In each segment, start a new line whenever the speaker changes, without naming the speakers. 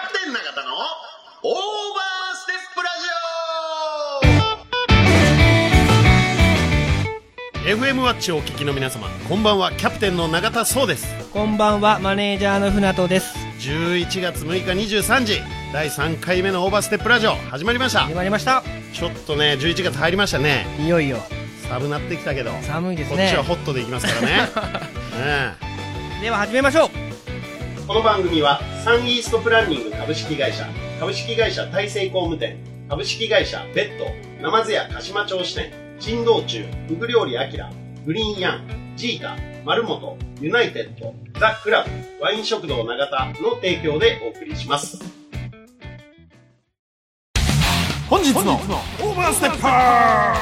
方のオーバーステップラジオ FM ワッチをお聞きの皆様こんばんはキャプテンの永田壮です
こんばんは、マネージャーの船戸です。
11月6日23時第3回目のオーバーステップラジオ始まりました
始まりました。
ちょっとね11月入りましたね
いよいよ
寒なってきたけど
寒いです
こっ
ね
ちは。ホットでいきます からねねえ
では始めましょう。
この番組はサンイーストプランニング株式会社株式会社大成工務店株式会社ベッドナズ屋鹿島町支店珍道中ふぐ料理あきらグリーンヤンジーカ丸本ユナイテッドザ・クラブワイン食堂永田の提供でお送りします
本日のオーバーステッパ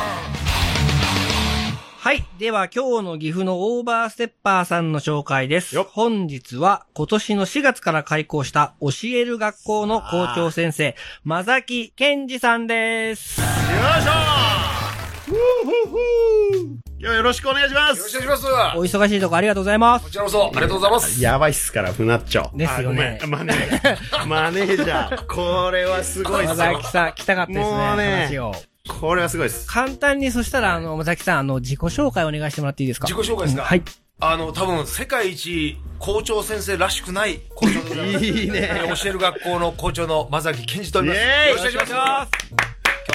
はい。では今日の岐阜のオーバーステッパーさんの紹介です
よっ。
本日は今年の4月から開校した教える学校の校長先生、間崎健二さんです。
よいしょ今日よろしくお願いしま
ーよろしくお願いしま
お忙しいとこありがとうございます
すこ。ちらこそありがとうございます
やばいっすから、ふなっちょ。
ですよね
あごめんマネー、マネージャー。これはすごいっ
間
すよ
崎。さん、来たかったですね。
もうね
話を。
これはすごいっす。
簡単に、そしたら、あの、間崎さん、あの、自己紹介お願いしてもらっていいですか
自己紹介ですか、
はい。
あの多分世界一校長先生らしくない校長でございます
いいね
えー教える学校の校長の正木健二と言います
イエーイ
よろしくお願いしま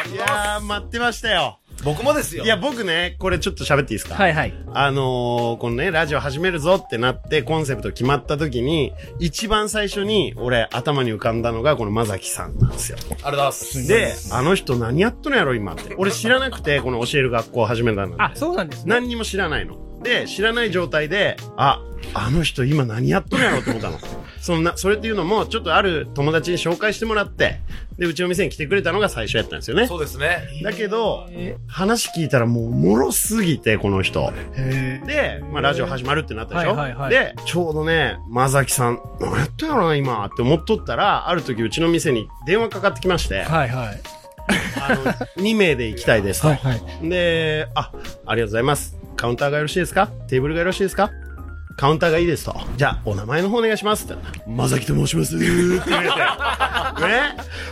す
いやー、待ってましたよ。
僕もですよ
いや、僕ね、これちょっと喋っていいですか
はいはい。
あのー、このね、ラジオ始めるぞってなって、コンセプト決まった時に、一番最初に、俺、頭に浮かんだのが、このまざきさんなんですよ。
ありがとうございます
で、あの人何やっとんのやろ、今って。俺知らなくて、この教える学校を始めたの。
あ、そうなんですね。
何にも知らないの。で、知らない状態で、あ、あの人今何やっとるやろって思ったの。 そんな、それっていうのも、ちょっとある友達に紹介してもらって、で、うちの店に来てくれたのが最初やったんですよね。
そうですね
だけど、話聞いたらもうおもろすぎて、この人。
へー
で、まあ、ラジオ始まるってなったでしょ、
はいはいはい
で、ちょうどね、まさきさん、何やったんやろな、今、って思っとったら、ある時、うちの店に電話かかってきまして、
はいはい。
あの、2名 で行きたいですと。
はいはい。
で、あ、ありがとうございます。カウンターがよろしいですかテーブルがよろしいですかカウンターがいいですと。じゃあ、お名前の方お願いしますって。まさきと申します。って言われて。ね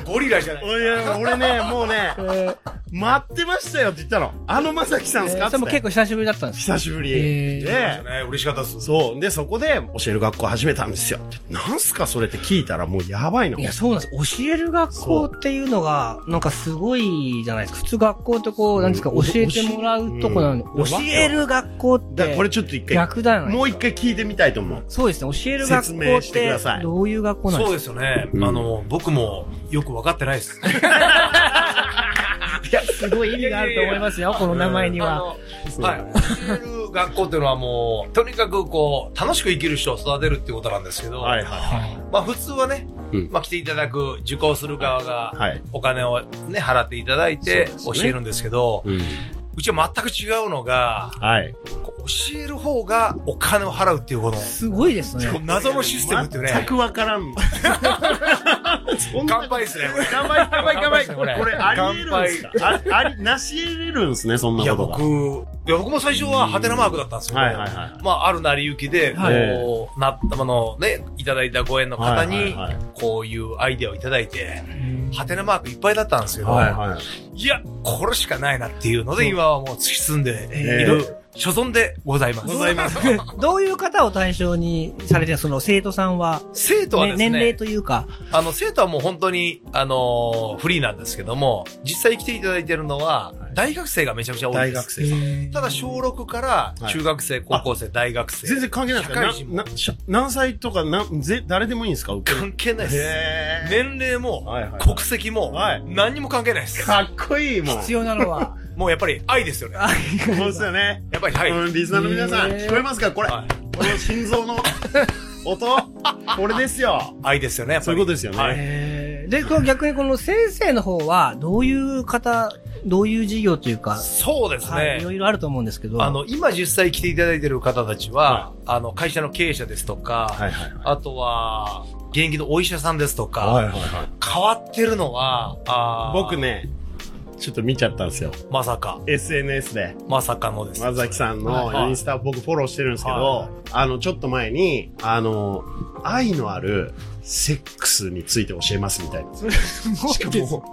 ゴリラじゃない
おいや俺ね、もうね、待ってましたよって言ったの。あのまさきさんですかって
でも結構久しぶりだったんです。
久しぶり。
えー
で、
ね嬉しかったです
そう。で、そこで教える学校始めたんですよ。なんすかそれって聞いたらもうやばいの
い。や、そうなんです。教える学校っていうのが、なんかすごいじゃないですか。普通学校ってこう、なんですか、
うん
教えてもらうとこなのに、
うん
教える学校っ
だか
て
ら、これちょっと一回、
逆だよね。
もう一回聞いてみたいと思う。
そうですね。教える学校
説明
っ
してく
て
ださい、
どういう学校なんです
そう
か
ですよね、
うん
あの僕もよく分かってないです
いや、すごい意味があると思いますよ、この名前には。
うん。あの はい。教える学校っていうのはもう、とにかくこう、楽しく生きる人を育てるってことなんですけど、
はいは
まあ普通はね、
うん
まあ来ていただく受講する側
い。
が、
はい。
お金をね、払っていただいて
そう
教
ですね
えるんですけど、う
うん。
ちは全く違うのが、
はい。
こう教える方がお金を払うっていうこの、
すごいですね。
謎のシステムっていう
全
ね。
くわからん。そんな
乾杯ですね。
乾杯、乾杯、乾杯。
乾杯ですね
こ
こ
れ、
れ
あり得るんすかああり、なし得れるんすね、そん
い
な
や、
ことが
僕、。いや、僕も最初はハテナマークだったんですよ。
はいはいはい。
まあ、ある成り行きで、
はい
こう、なったものをね、いただいたご縁の方に、
はいはいはい
こういうアイデアをいただいて、ハテナマークいっぱいだったんですけど、
はい
い
はい。
や、これしかないなっていうので、今はもう突き進んでい
え
る所存でございます。
ございます。
どういう方を対象にされてるその生徒さんは、
生徒はですね、
年齢というか、
あの、生徒はもう本当に、あのーフリーなんですけども、実際来ていただいてるのは、大学生がめちゃくちゃ多い
大
で
学
す。
生さん。
ただ、小6から中学生、高校生、大学生。
全然関係ないですか
社会人も
ななしゃ何歳とか、な、ぜ、誰でもいいんですか受け
関係ないです。
へー
年齢も、
はいはいはい
国籍も、
はい
何にも関係ないです。
かっこいいもん。
必要なのは、
もうやっぱり愛ですよね。
そうですよね。
やっぱり愛。
うん、リスナーの皆さん、
へー
聞こえますかこれ。こ
はい
の心臓の 音これですよ。
愛ですよね、やっぱり
そういうことですよね
はい
えーで、こう逆にこの先生の方は、どういう方、どういう授業というか、
そうですね。
はい、いろいろあると思うんですけど、
あの、今実際来ていただいている方たちは、
は
あの、会社の経営者ですと
は
か、
いはいはい。
あとは、現役のお医者さんですとか、
はいはい。
変わってるのは、あー
僕。ね、ちょっと見ちゃったんですよ。
まさか。
SNS で。
まさかのですね。
松崎さん
はい
のインスタ僕フォローしてるんですけど、
は
あの、ちょっと前に、あの、愛のあるセックスについて教えますみたいな。しかも、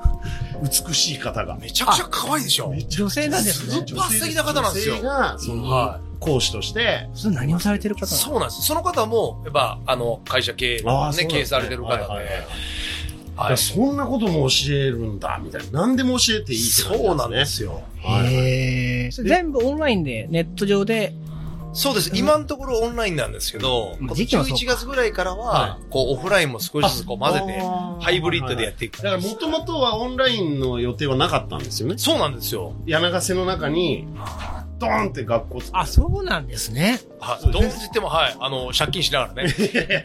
美しい方が。
めちゃくちゃ可愛いでしょ。
女性なんです
ス
ね。
ーパー素敵な方なんですよ
女性が、その
は、
講師として、
それ何をされてる方なの
そうなんです。その方も、やっぱ、あの、会社経営
あ
の
あそうなんですね
ね、経営されてる方
はい
で。
はいはい
はい
そんなことも教えるんだ、みたいな。何でも教えていいって感じ
そうなんで
ね。
すよ。
はい
へーそれ全部オンラインで、ネット上で、
そうです。今のところオンラインなんですけど、
うん
この
時期はそうか
11月ぐらいからは
は、
こう、オフラインも少しずつこう混ぜて、ハイブリッドでや
っ
っていく。
だから、もともとはオンラインの予定はなかったんですよね。
そうなんですよ。
柳ヶ瀬の中に、ドーンって学校作って
あ、そうなんですね。
はい。どう言っても、はい。あの、借金しなが らね、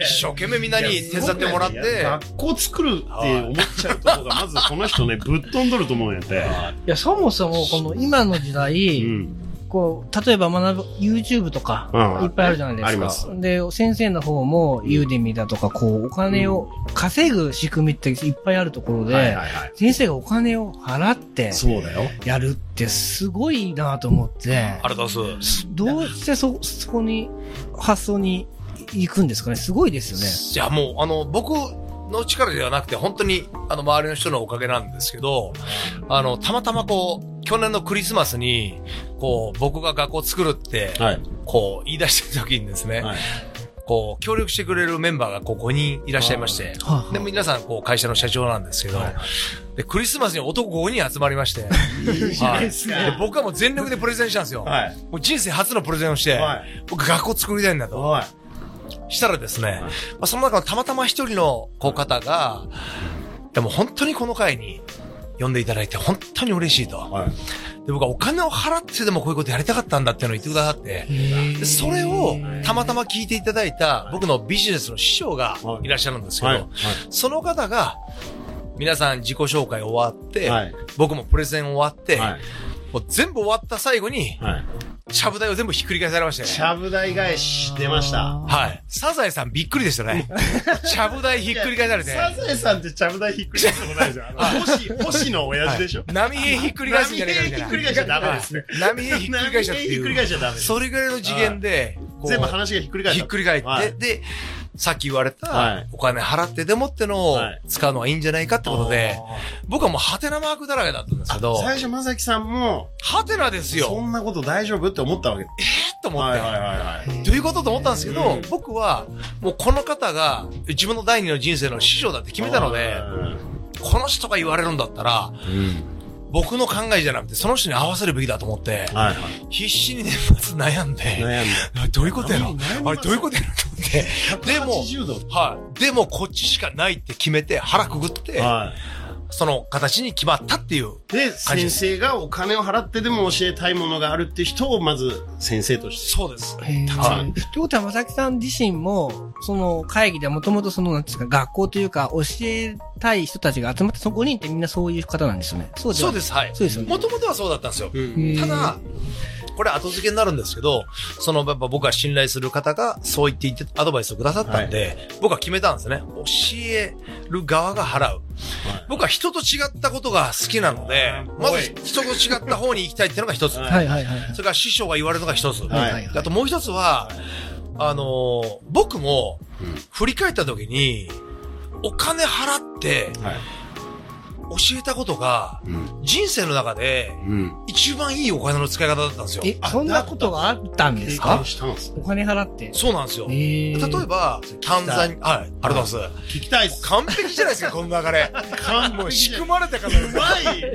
一生懸命みんなに手伝ってもらっ
いや
て、
学校作るって思っちゃうとこが、まずこの人 ね、ぶっ飛んどると思うんやって。
いや、そもそも、この今の時
う
代、
ん。
こう、例えば学ぶ、YouTube とか、
うん
いっぱいあるじゃないですか。
あります
で、先生の方も、ユーデミだとか、こう、お金を稼ぐ仕組みっていっぱいあるところで、
はいはいはい。
先生がお金を払って、
そうだよ。
やるってすごいなと思って、
ありがとうございます。
どうしてそ、そこに、発想に行くんですかねすごいですよね。
いや、もう、あの、僕の力ではなくて、本当に、あの、周りの人のおかげなんですけど、あの、たまたまこう、去年のクリスマスに、こう、僕が学校作るって、
はい。
こう、言い出した時にですね、
はい
こう、協力してくれるメンバーがこう5人いらっしゃいまして、
はあはあ
で、皆さん、こう、会社の社長なんですけど、
はい
で、クリスマスに男5人集まり まして、
いいじゃないですか。
で僕はもう全力でプレゼンしたんですよ。
はい。
もう人生初のプレゼンをして、
はい。
僕学校作りたいんだと。
はい。
したらですね、
い
まあ、その中のたまたま一人のこう方が、でも本当にこの回に呼んでいただいて本当に嬉しいと。
はい。
で、僕はお金を払ってでもこういうことやりたかったんだっていうのを言ってくださって、でそれをたまたま聞いていただいた僕のビジネスの師匠がいらっしゃるんですけど、
はい。
その方が、皆さん自己紹介終わって、
はい。
僕もプレゼン終わって、
はい。
もう全部終わった最後に、
はい。
ちゃぶ台を全部ひっくり返されましたね。
ちゃぶ台返し出ました。
はい。サザエさんびっくりでしたね。ちゃぶ台ひっくり返されて。
サザエさんってちゃぶ台ひっくり返すことないじゃん。あの星、星の親父でしょ
波平ひっくり返すんじゃねえかみたいな。
波平ひっくり返しちゃダメですね
はい。波平ひっくり返しちゃっていう。
ひっくり返しちゃダメです
それぐらいの次元で、こう
全部話がひっくり返し
ひ
た
っくり返って、
はい
で、さっき言われた、
はい
お金払ってでもってのを
はい
使うのはいいんじゃないかってことで、
あー
僕はもうハテナマークだらけだったんですけど、
最初、まさきさんも、
ハテナですよ
そんなこと大丈夫って思ったわけ。
えっと思って、
はいはい。
どういうことと思ったんですけど、僕は、もうこの方が自分の第二の人生の師匠だって決めたので、この人が言われるんだったら、
うん。
僕の考えじゃなくて、その人に合わせるべきだと思って、
はいはい。
必死に年末悩
悩
ん
ん
で、
で。
どういうことやろ
悩み
あ
ま
れ
す
どういうことやろと思って、でも、
80度。
はい。でも、こっちしかないって決めて、腹くぐって、
は
その形に決まったっていう。
い。で、先生がお金を払ってでも教えたいものがあるって人をまず先生として。
そうです。
へー
はい
ということは、まさきさん自身も、その会議でもともとその、なんていうんですか、学校というか、教えたい人たちが集まって、そこにってみんなそういう方なんですよね。そう。
そうですす、はい。
そうですよね
もともとはそうだったんですよ。
へー
ただ、、これ後付けになるんですけど、その、やっぱ僕が信頼する方がそう言っていて、アドバイスをくださったんで、僕は決めたんですね。教える側が払う。僕は人と違ったことが好きなので、まず人と違った方に行きたいっていうのが一つ。
は
はいはいはいはい。
それから師匠が言われるのが一つ。
はい
はい
あともう一つは、あのー僕も
うん、
振り返った時に、お金払って
はい。
教えたことが、
うん。
人生の中で
うん。
一番いいお金の使い方だったんですよ。
え、そんなことがあったんです
経
か
験したんです。
お金払って。
そうなんですよ。例
例
えば、タンザニア、はい、ありがとうございます。
聞きたいっす。
完璧じゃないですか、この流れ。
完
もう仕組
う
まれたから。う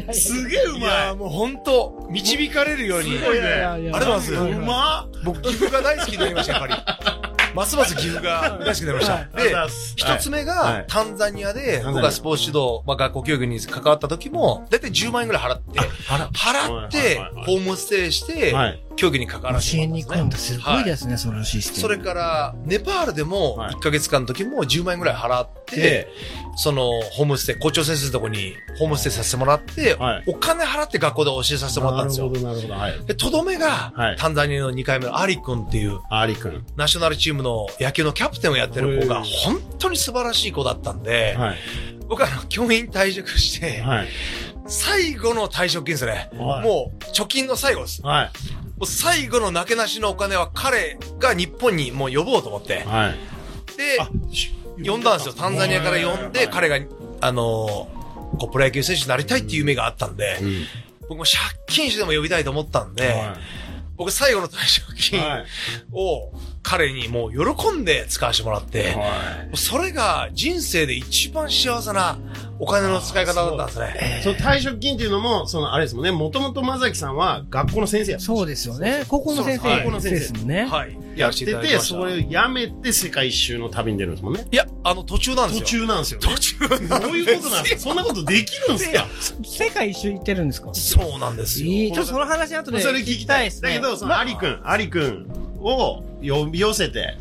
まいすげえう
や
ま
ーもう本当導かれるように。
い。すごいね。
いや
ありがとうございます
うま
僕、岐阜が大好きになりました、やっぱり。ますます岐阜が大好きになりました。
っ
で、
は
一
い
つ
は
目が
い、
タンザニア
タンザ
で、
ニア
僕がスポーツ指導、まあ学校教育に関わった時も、だいたい10万円ぐらい払って、払って
はいはいはい、はい
ホームステイして、
はい。
教育に関わらせて
教え
もら
に
っ
行
た
くん
ん
だ。
です
す
ね。
ごい
は
で
い
すね、そのシステム。
それから、ネパールでも、
はい
1ヶ月間の時も10万円ぐらい払って、
で、
その、ホームステイ、校長先生のとこにホームステイさせてもらって
はい、
お金払って学校で教えさせてもらったんですよ
なる。ほど、なるほど。はい。
で、とどめが
はい、
タンザニアの2回目のアリ君っていう、
アリ君。
ナショナルチームの野球のキャプテンをやってる子
へ
が
え
本当に素晴らしい子だったんで、
はい。
僕はあの教員退職して、
はい。
最後の退職金ですね。
はい
もう貯金の最後です。も
は
う最後のなけなしのお金は彼が日本にもう呼ぼうと思って
い。。はい。
で、呼んだんですよ。タンザニアから呼んで、彼が、あのー、こうプロ野球選手になりたいっていう夢があったんで、
うん。
僕も借金してでも呼びたいと思ったんで、
は
僕最後の退職
い。
金
はい。
を彼にもう喜んで使わせてもらって、
はい
それが人生で一番幸せなお金の使い方だったんですね。
えー
その退職金っていうのも、そのあれですもんね、もともと正崎さんは学校の先生やっ
そうですよね。高校の先
そうです
高
生。
校の先生
ですもんね。
はい。
やっ
やら
て
せ
て
いただきました
それをやめて世界一周の旅に出るんですもんね。
いや、あの、途中なんです
途
よ。
中なんですよ、ね。
途中
どういうことなんです かそんなことできるんですか
世界一周行ってるんですか
そうなんですよ。
いいちょっとその話後で
それ聞きたい。
です
だ
ね
け。ど、その、アリくん、アリくんを呼び寄せて、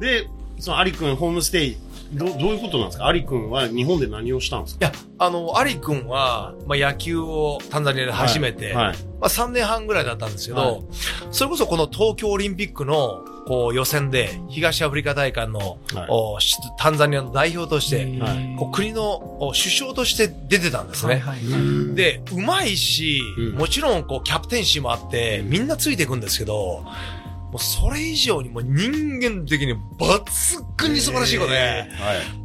で、そのアリくんホームステイ、どどういうことなんですかアリくんは日本で何をしたんですか
いや、あの、アリ君は、まあ、野球をタンザニアで始めて、
はい。
まあ、3年半ぐらいだったんですけど、
はい
それこそこの東京オリンピックのこう予選で東アフリカ大会の、
はい
おしタンザニアの代表として、
はい
こう国のお首相として出てたんですね。
はいはい
で、うまいし、
うん
もちろんこうキャプテンシーもあって、みんなついていくんですけど、もうそれ以上にもう人間的に抜群に素晴らしい子で、
はい。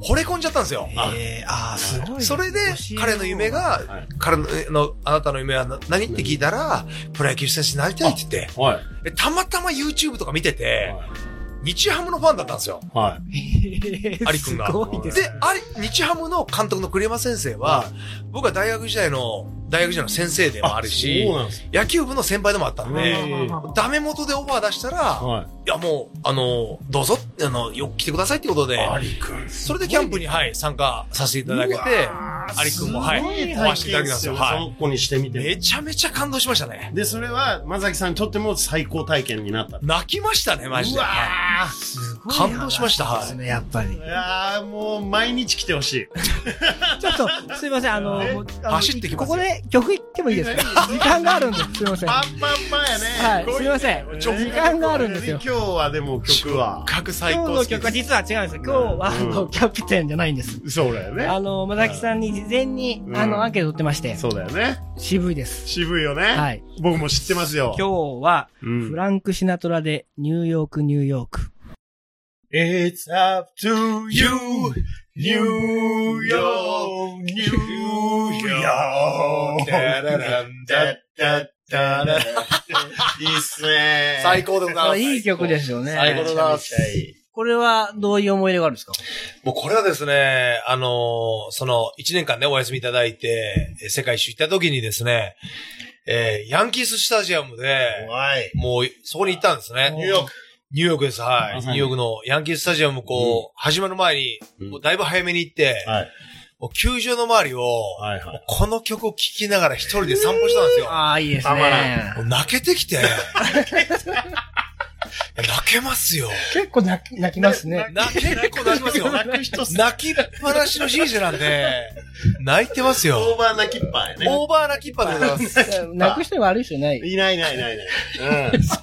惚れ込んじゃったんですよ。
えー、ああ、すごい。
それで
教え、
彼の夢が、
はい
彼のえの、あなたの夢はな何って聞いたら、プロ野球選手になりたいって言って
はい。
で、たまたま YouTube とか見てて、
は
日ハムのファンだったんですよ。
い。はい。
アリ君が
すごいです。
で、あり、日ハムの監督の栗山先生は、僕は大学時代の、大学時代の先生でもあるし
そう、なんです
野球部の先輩でもあったん
う
で、
ん
ダメ元でオファー出したら、
はい
やもう、あの、どうぞ、あの、よく来てくださいってことで、
リくん。
それでキャンプに、はい、参加させていただけて、アリ君も、はい、飛ばしていただけたんですよ。
そ
はい。
の子にしてみて
めちゃめちゃ感動しましたね
も。。で、それは、まさきさんにとっても最高体験になった。
泣きましたね、マジで。は
すごい
感動しました
話ですね、やっぱり
い。やー、もう毎日来てほしい。
ちょっと、すいません、あの、
え
もうあの
走ってきま
こ
す
こで曲行ってもいいですか時間があるんです。すいません。
パン
は
パンパンやね。
い、すいません。時間があるんですよ
今。日はでも曲は。
各最
今日
高
の
好きで
曲は
す。
実は違うんですよ。今日は、あ
う
の、
ん
キャプテンじゃないんです。
そうだよね。
あの、まさきさんに事前に
う、ん
あの、アンケート取ってまして、
そうだよね。
渋いです。
渋いよね。
はい。
僕も知ってますよ。
今日は、
うん
フランク・シナトラで、ニューヨーク、ニューヨーク。
It's up to you, New York,
York,
New
York.
York. ダラランダダッダララいいっすね。
最高でございます。
いい曲ですよね。
最高でございます。
これは、どういう思い出があるんですか
もうこれはですね、あのーその、1年間ね、お休みいただいて、え世界一周行った時にですね、えーヤンキーススタジアムで、
怖い。
もう、そこに行ったんですね。
ニューヨーク。
ニューヨークです、はい。
ま
ニ
さ
ュ
に
ーヨークのヤンキースタジアム、こう、始まる前に、
うん
もうだいぶ早めに行って、
はい。
もう球場の周りを、
はいはい。
この曲を聴きながら一人で散歩したんですよ。
ああ、いいです
たま
ね
ら。
もう泣けてきて。泣けますよ。
結構泣き泣きますね。
泣け、結構泣きますよ。
泣く人さ、
泣きっぱなしの人生なんで、泣いてます
オー
よ。
バーなきっぱやね。
オーバー泣きっぱでございます。
泣く人に悪い人いない。
いないいないいないいない。うん。そ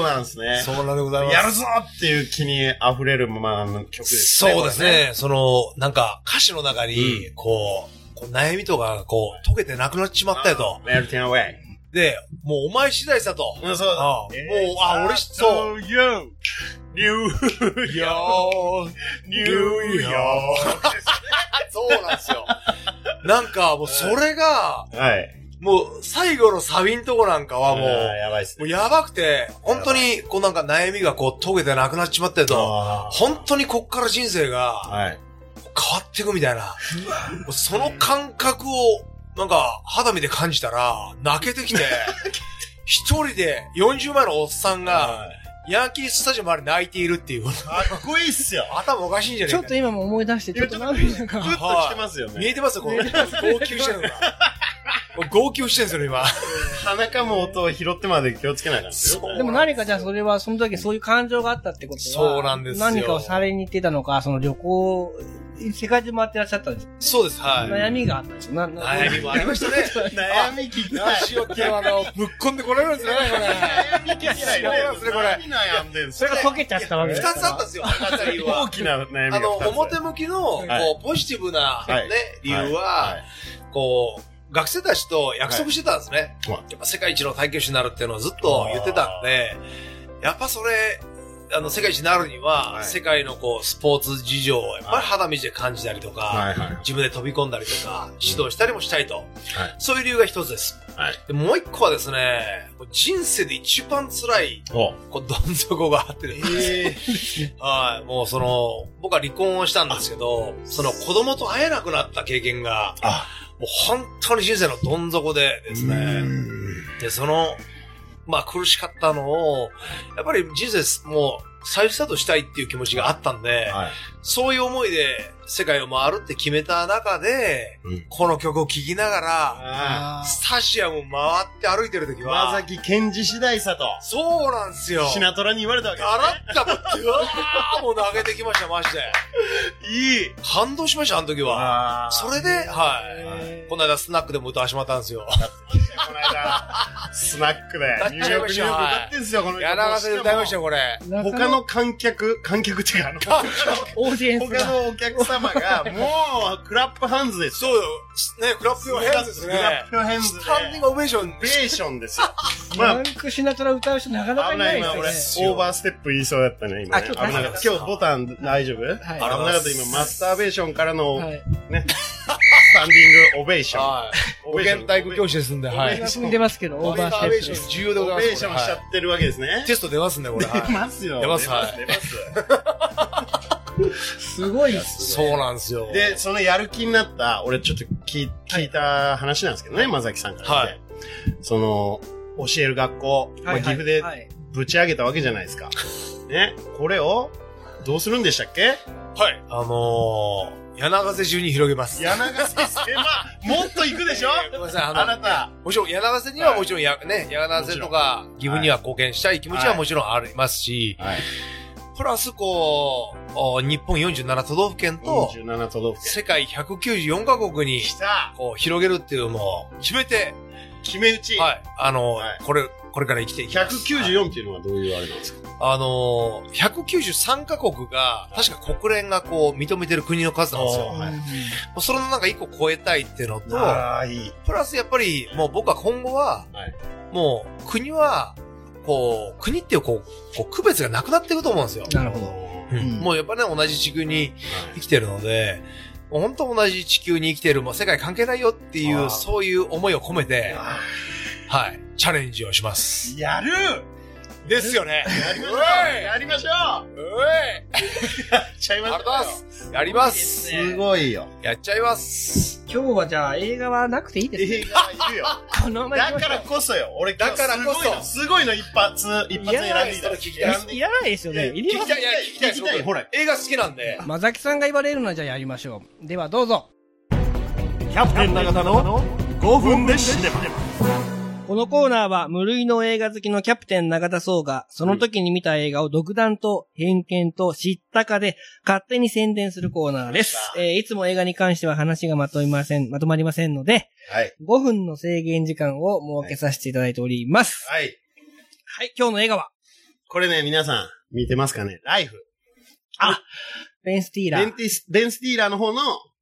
うなんですね。
そうなんでございます。
やるぞっていう気に溢れるままの曲ですね。
そうですね。その、なんか、歌詞の中に、こう、こう悩みとかが、こう、解けてなくなっちまったよと。
これね。Melting Away。
で、もうお前次第さと。
うん、そう。。
ああもうあ俺そう
New York, New
いや
New York.
そうなんですよ。なんか、もうそれが、
はい。
もう最後のサビんとこなんかはもう、
ああやばいっす
も
ね。
うやばくて、本当に、こうなんか悩みがこう解けてなくなっちまってと、
あ
本当にこっから人生
あ
が
はい。
変わっていくみたいな、もうその感覚を、なんか肌身で感じたら、泣けてき て、一人で40万のおっさんが、ヤンキースタジオまで泣いているっていう、
かっこいいっすよ。
頭おかしいんじゃね
ちょ
え
っ
か
と。今も思い出して、ちょっと涙
グッ
が。
と来てますよ
見え
ね。
てますよ、この、号泣してるのが。もう号泣してるんですよ、今。
鼻かむ音を拾ってまで気をつけないからですよ。
そう
でも何かじゃあそれは、その時そういう感情があったってことは、
そうなんですよ
何かをされに行ってたのか、その旅行世界中回ってらっしゃったんですよ。
そうです、はい。
悩みがあったんですよ。な、な、
悩みもありましたね。
悩み聞きたい。
足を手はあの、ぶっ込んでこれるんですね、これ。
悩み聞きたいね。
そうですねこれ
何悩んでんす
それが溶けちゃったわけ
二
で
つ
すよ。
あったんですよ、語りは
大。きな悩みが
あ
あ
の、表向きの、こ
は
う、ポジティブな、
はい
ね、理由は、こう、学生たちと約束してたんですね。
はい
やっぱ世界一の探求師になるっていうのをずっと言ってたんで、やっぱそれ、あの、世界一になるには、
はい
世界のこう、スポーツ事情をやっぱり肌身で感じたりとか、
はいはい。
自分で飛び込んだりとか、指導したりもしたいと。
はい
そういう理由が一つです。
はい
でもう一個はですね、人生で一番辛い、
お
こう、どん底があってですね
え
はい、もうその、僕は離婚をしたんですけど、その子供と会えなくなった経験が、
あ
もう本当に人生のどん底でですね、で、その、まあ苦しかったのを、やっぱり人生もう再スタートしたいっていう気持ちがあったんで、
はい。
そういう思いで世界を回るって決めた中で、
うん
この曲を聴きなが
あ
ら、
あ
スタジアムを回って歩いてる時
ー岩
は、
崎健二次第さと、
そうなんですよ。
シ
ガ
ナトラに言われたわけ
ラッタも、うわーもう投げてきました、マジで。
いい。
感動しました、あの時は。
あ
それで、は
へ
い。
ー
この間スナックでも歌わしまったんですよ。
この間、スナックで、
歌っ
入
ちゃい
浴
まし
入
た
浴歌ってんすよ、この
柳川さんで歌いましたよ、これ。
ーなかなか
他の観客、観客っていうか、あの、
オーディエンス
他
が。
のお客様が、もう、クラップハンズです。
そうよ。ね、クラップをヘンズです
ク
ね
ラッ。プハンズで
ス。タンディングオベーション
ベ。ーション ですよ。ま
マ
あ
ン、クシナトラ歌う人なかなか
危
い
な
ない
いな、
で
俺。
す
オーバーステップ言いそうだったね、今ね。
あちょ
危
っ
な
と
かった。今日ボタン大丈夫危な
はい
かった、今、マスターベーションからの
よね。
ス
はい。
タンディングオベーション。
はい。
オ
保
ベーション
健体育教師ですんで、は
オ
い
ベー。
今出ますけど、オーバーステップです。
重要でござ
オ
い
ベー
ます。
シ
こ
ョン
れ
しちゃ
は
ってるわけですね
い。テスト出ますね、これ。はい
出ますよ。
出ますはい
出ます。
すごいです。
そうなんですよ。
で、そのやる気になった、俺ちょっと聞い聞いた話なんですけどね、まさきさんから、ね。
はい
その、教える学校、まあ
はい
岐阜で
はい
ぶち上げたわけじゃないですか。ね、これを、どうするんでしたっけ
はい。あのー、柳瀬中に広げます。
柳ヶ瀬狭、もっと行くでしょ
いやいやごめんなさい、
あ
あの、
なた。
もちろん柳瀬にはもちろんや、ね、柳瀬とか、岐阜には貢献したい気持ちはもちろんありますし、
はい。
プラス、こう、お日本47都道府県と、
47都道府県。
世界194カ国に、
来た
こう、広げるっていうのを決めて、
決め打ち。
はい、あの、
はい
これ、これから生きていきます。
194っていうのはどういうあれなんですか
あのー、193カ国が、確か国連がこう、認めてる国の数なんですよ。
おー
も
はいう
うそれのなんか一個超えたいっていうのと、
ああ、いい。
プラスやっぱり、もう僕は今後は、
はい
もう、国は、こう、国っていうこう、こう区別がなくなっていくと思うんですよ
ん。なるほど。ん
もうやっぱね、同じ地球に生きてるので、もう本当同じ地球に生きてる、もう世界関係ないよってい
あ
う、
ー
そういう思いを込めて、
あ
はい、チャレンジをします。
やる
ですよね。
やりましょ
う
う
えい
やりましょう
うえい
やっちゃいま
あり
しょ
が
う
とうございますやります
すごいよ。
やっちゃいます
今日はじゃあ映画はなくていいですね。
映画はいるよ。
このまま行き
だ
まし
か
ょ
らこそよ。俺、だ
からこそ
すごいの、すごいの一発、一発選んでいただき
い
た
や
い。選ん
う
で
い
い
いらないですよね。いります
聞きたい、いや、聞きたいです、
聞きたい
僕
ほら
映画好きなんで。
マザキさんが言われるのはじゃあやりましょう。ではどうぞ。
キャプテン永田の5分で死ねば。
このコーナーは無類の映画好きのキャプテン永田壮が、その時に見た映画を独断と偏見と知ったかで勝手に宣伝するコーナーです。えーいつも映画に関しては話がまとめません、まとまりませんので、
はい。
5分の制限時間を設けさせていただいております。
はい。
はい、今日の映画は、
これね、皆さん、見てますかねライフ。あ、
ベン・スティーラ
ベン
ー。
ティス、ベンスティーラーの方の、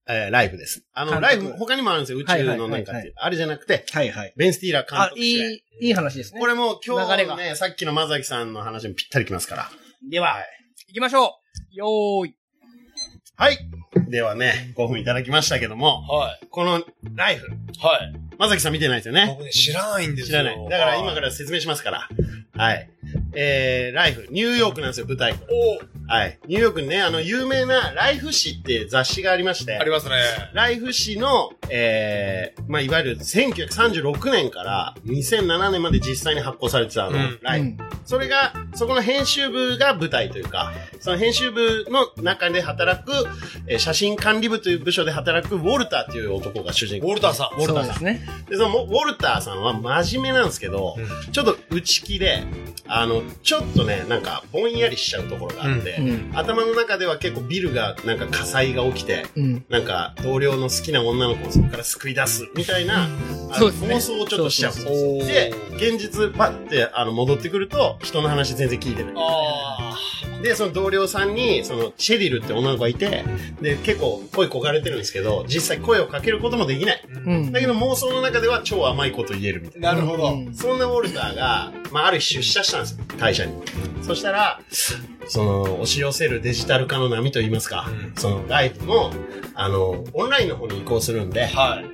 えーライフです。あの、
監
ライ
督
フ、他にもあるんですよ。宇
はいは
宙
い
のなんか
は
っ
い
てい
は
う。あれじゃなくて、
はいはい。
ベンスティーラー監
あ、
督
い
主演。
い、いい話ですね。
これもう今
流れ
日の
が
ね、さっきのまさきさんの話にぴったりきますから。
では、行きましょうよーい。
はい。ではね、5分いただきましたけども、
はい。
このライフ、
はい。
まさきさん見てないですよね。
僕ね、知らないんです
知
よ。。
らない。だから今からら説明しますから。はい。えー、ライフ、ニューヨークなんですよ、舞台。
お
はい。ニューヨークにね、あの、有名なライフ誌っていう雑誌がありまして
あ、りますね。
ライフ誌の、えー、まあ、いわゆる1936年から2007年まで実際に発行されてたあの、
うん
ライブ。それが、そこの編集部が舞台というか、その編集部の中で働く、えー写真管理部という部署で働くウォルターという男が主人
ウ
公。
ォルターさん、ウォルタ
そうで
ーさん。
すね。
で、そのウォルターさんは真面目なんですけど、
う
ちょっと内気で、あの、ちょっとね、なんか、ぼんやりしちゃうところがあって、
うん。
頭の中では結構ビルが、なんか火災が起きて、
うん。
なんか、同僚の好きな女の子をそこから救い出す、みたいな、あ
そう
の
ですね
妄想をちょっとしちゃう。
そうそう
おー
で、現実、パッて、あの、戻ってくると、人の話全然聞いてない。
あ
で、その同僚さんに、その、シェリルって女の子がいて、で、結構声焦がれてるんですけど、実際声をかけることもできない。
ー
うん。
だけど妄想の中では超甘いこと言えるみたいな。
なるほど。
うん
そんなウォルターが、まあ、ある日出社したんですよ、会社に。そしたら、その、押し寄せるデジタル化の波といいますか、
うん
その、ライブも、あの、オンラインの方に移行するんで、
はい。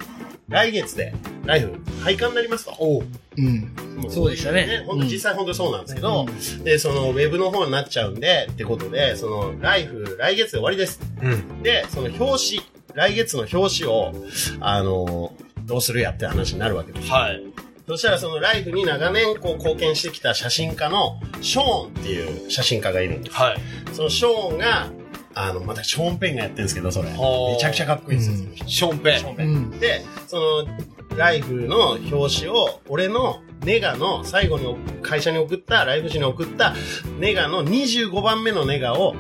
来月で、ライブ、廃刊になりますと。
おう
うん。
も
そうでしたね
本当
うん
実際本当そうなんですけど、で、その、ウェブの方になっちゃうんで、ってことで、その、ライフ、来月で終わりです。
うん。
で、その表紙、来月の表紙を、あの、どうするやって話になるわけです。
はい。
そしたらそのライフに長年こう貢献してきた写真家のショーンっていう写真家がいるんです。
はい。
そのショーンが、あの、またショーンペンがやってるんですけど、それ。め
おー
ちゃくちゃかっこいいんですよ
う、
ショーンペ
ショーン
う
ペン。
ん。
で、その、ライフの表紙を、俺のネガの最後に会社に送った、ライフ誌に送ったネガの25番目のネガを、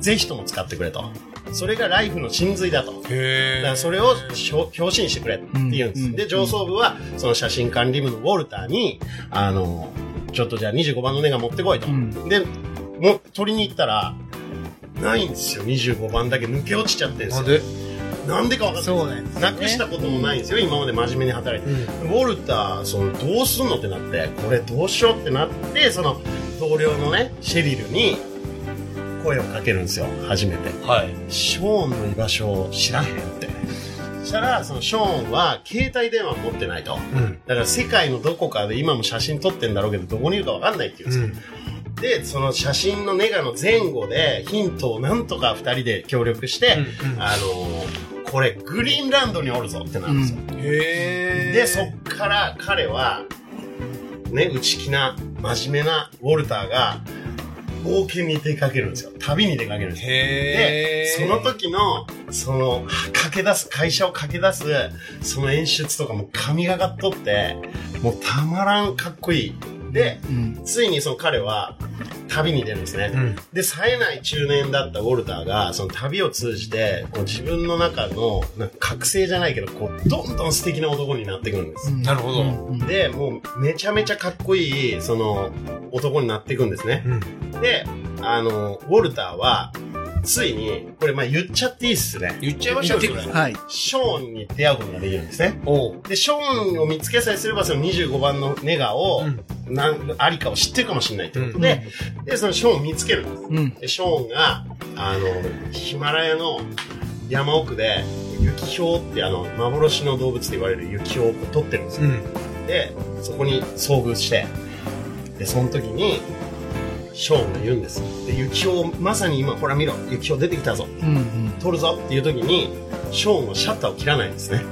ぜひとも使ってくれと。それがライフの真髄だと。
ン。へ
だからそれをしょ表紙にしてくれって言うんです。
うん
で、上層部は、その写真管理部のウォルターに、あの、ちょっとじゃあ25番のネガ持ってこいと。
うん
で、もう取りに行ったら、ないんですよ、25番だけ抜け落ちちゃってるんです
な
よな
ん。で
んでかわかんない。
そうなんですよね
なくしたこともないんですよ、今まで真面目に働いて。
うん。
ウォルター、その、どうすんのってなって、これどうしようってなって、その、同僚のね、シェリルに、声をかけるんですよ、初めて。
はい。
ショーンの居場所を知らへんって。そしたら、そのショーンは携帯電話持ってないと。
うん。
だから世界のどこかで今も写真撮ってんだろうけど、どこにいるかわかんないっていうんですよ。で、その写真のネガの前後でヒントをなんとか二人で協力して、あのーこれグリーンランドにおるぞってなるんですよ。
へ
で、そっから彼は、ね、内気な、真面目なウォルターが、冒険に出かけるんですよ。旅に出かけるんですよで、
へー
その時の、その、駆け出す、会社を駆け出す、その演出とかも神がかっとって、もうたまらんかっこいい。で、
うん。
ついにその彼は、旅に出るんですね。
うん。
で、冴えない中年だったウォルターが、その旅を通じて、こう自分の中の、なんか覚醒じゃないけど、こう、どんどん素敵な男になってくるんです。
なるほど
うん。
で、もう、めちゃめちゃかっこいい、その、男になっていくんですね。
うん。
で、あの、ウォルターは、ついに、これ、まあ言っちゃっていいっすね。
言っちゃいましたよ、それ。
はい。
ショーンに出会うことができるんですね。
おう。
で、ショーンを見つけさえすれば、その25番のネガを、なん、ありかを知ってるかもしれないってことで、で、そのショーンを見つけるんです。
うん。
で、ショーンが、あの、ヒマラヤの山奥で、ユキヒョウってあの、幻の動物って言われるユキヒョウを取ってるんですよ
うん。
で、そこに遭遇して、で、その時に、ショーンが言うんです。で、雪を、まさに今、ほら見ろ、雪を出てきたぞ、
うん。
取るぞっていう時に、ショーンはシャッターを切らないんですね。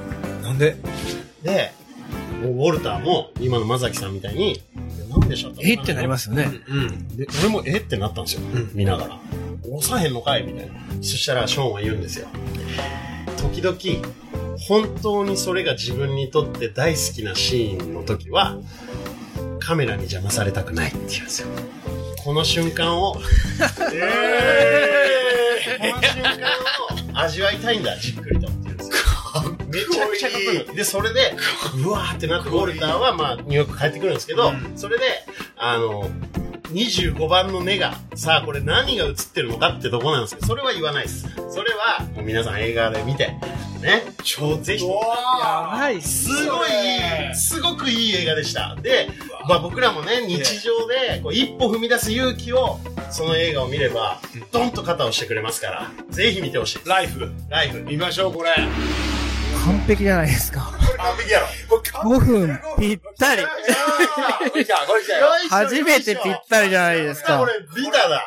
なんで
で、もうウォルターも、今のマザキさんみたいに、なんでシャッター。
えってなりますすよね。
うん。
で、俺もえってなったんですよ。
うん
見ながら。押さへんのかいみたいな。そしたら、ショーンは言うんですよ。時々、本当にそれが自分にとって大好きなシーンの時は、カメラに邪魔されたくないって言うんですよ。この瞬間を、この瞬間を味わいたいんだ、じっくりとって言うんですよ。めちゃくちゃかっこいいの。で、それで、うわーってなって、ウォルターは、まあ、ニューヨーク帰ってくるんですけど、
うん
それで、あの、25番のネガ、さあこれ何が映ってるのかってとこなんですけど、それは言わないです。それは、もう皆さん映画で見て、ね、超ぜひ、
わ
ばいっ
すごいいい、すごくいい映画でした。で、まあ僕らもね、日常で、こう、一歩踏み出す勇気を、その映画を見れば、ドンと肩を押してくれますから、ぜひ見てほしい。
ライフ。
ライブ。
見ましょう、これ。
完璧じゃないですか。
完璧やろ。これ
5分ぴったり。
これ来た、これ来たよ。
初めてぴったりじゃないですか
これ、ビタだ。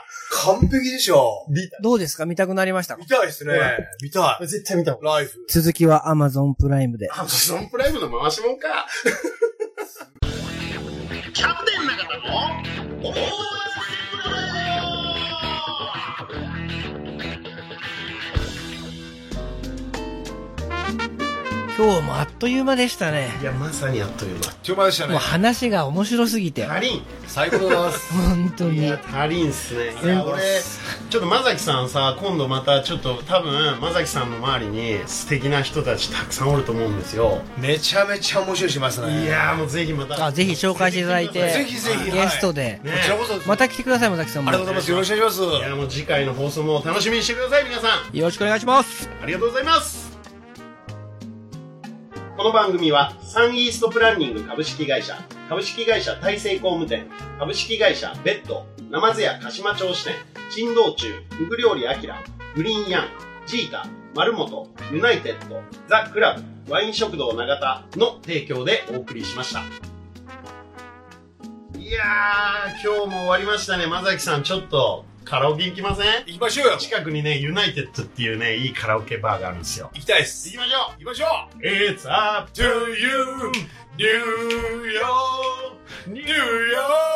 完璧でしょ。
どうですか見たくなりましたか
見たいですね
ほら。
見たい。
絶対見た方がいい。
ライフ。
続きは Amazon プライムで。
アマゾンプライムの回しもんか。キャプテンだからの応援
今日もあっという間でしたね。
いや、まさにあっという
ちょまでした
もう。話が面白すぎて。
間。足りん。
最高でございます。
本当
い
に
や。、足りんっすね。い
全
や、
部
俺、ちょっとまさきさんさ、今度またちょっと多分、まさきさんの周りに素敵な人たちたくさんおると思うんですよ。
めちゃめちゃ面白いしますね。
いやー、もうぜひまた。
あぜひ紹介していただいて。
ぜひぜひ
ゲストで。
こちらこそ、
また来てください、まさきさん
あ
も。
りがとうございます。よろしくお願いします。
いや、もう次回の放送も楽しみにしてください、皆さん。
よろしくお願いします。
ありがとうございます。この番組は、サンイーストプランニング株式会社、株式会社大成工務店、株式会社ベッド、ナマズ屋鹿島町支店、珍道中、ふぐ料理あきら、グリーンヤン、ジータ、丸本、ユナイテッド、ザ・クラブ、ワイン食堂長田の提供でお送りしました。いやー、今日も終わりましたね。まさきさん、ちょっとカラオケ行きません
行きましょうよ。
近くにね、ユナイテッドっていうね、いいカラオケバーがあるんですよ。
行きたいです。
行きましょ
行きましょ
う !It's up
う !To you, New York, New York!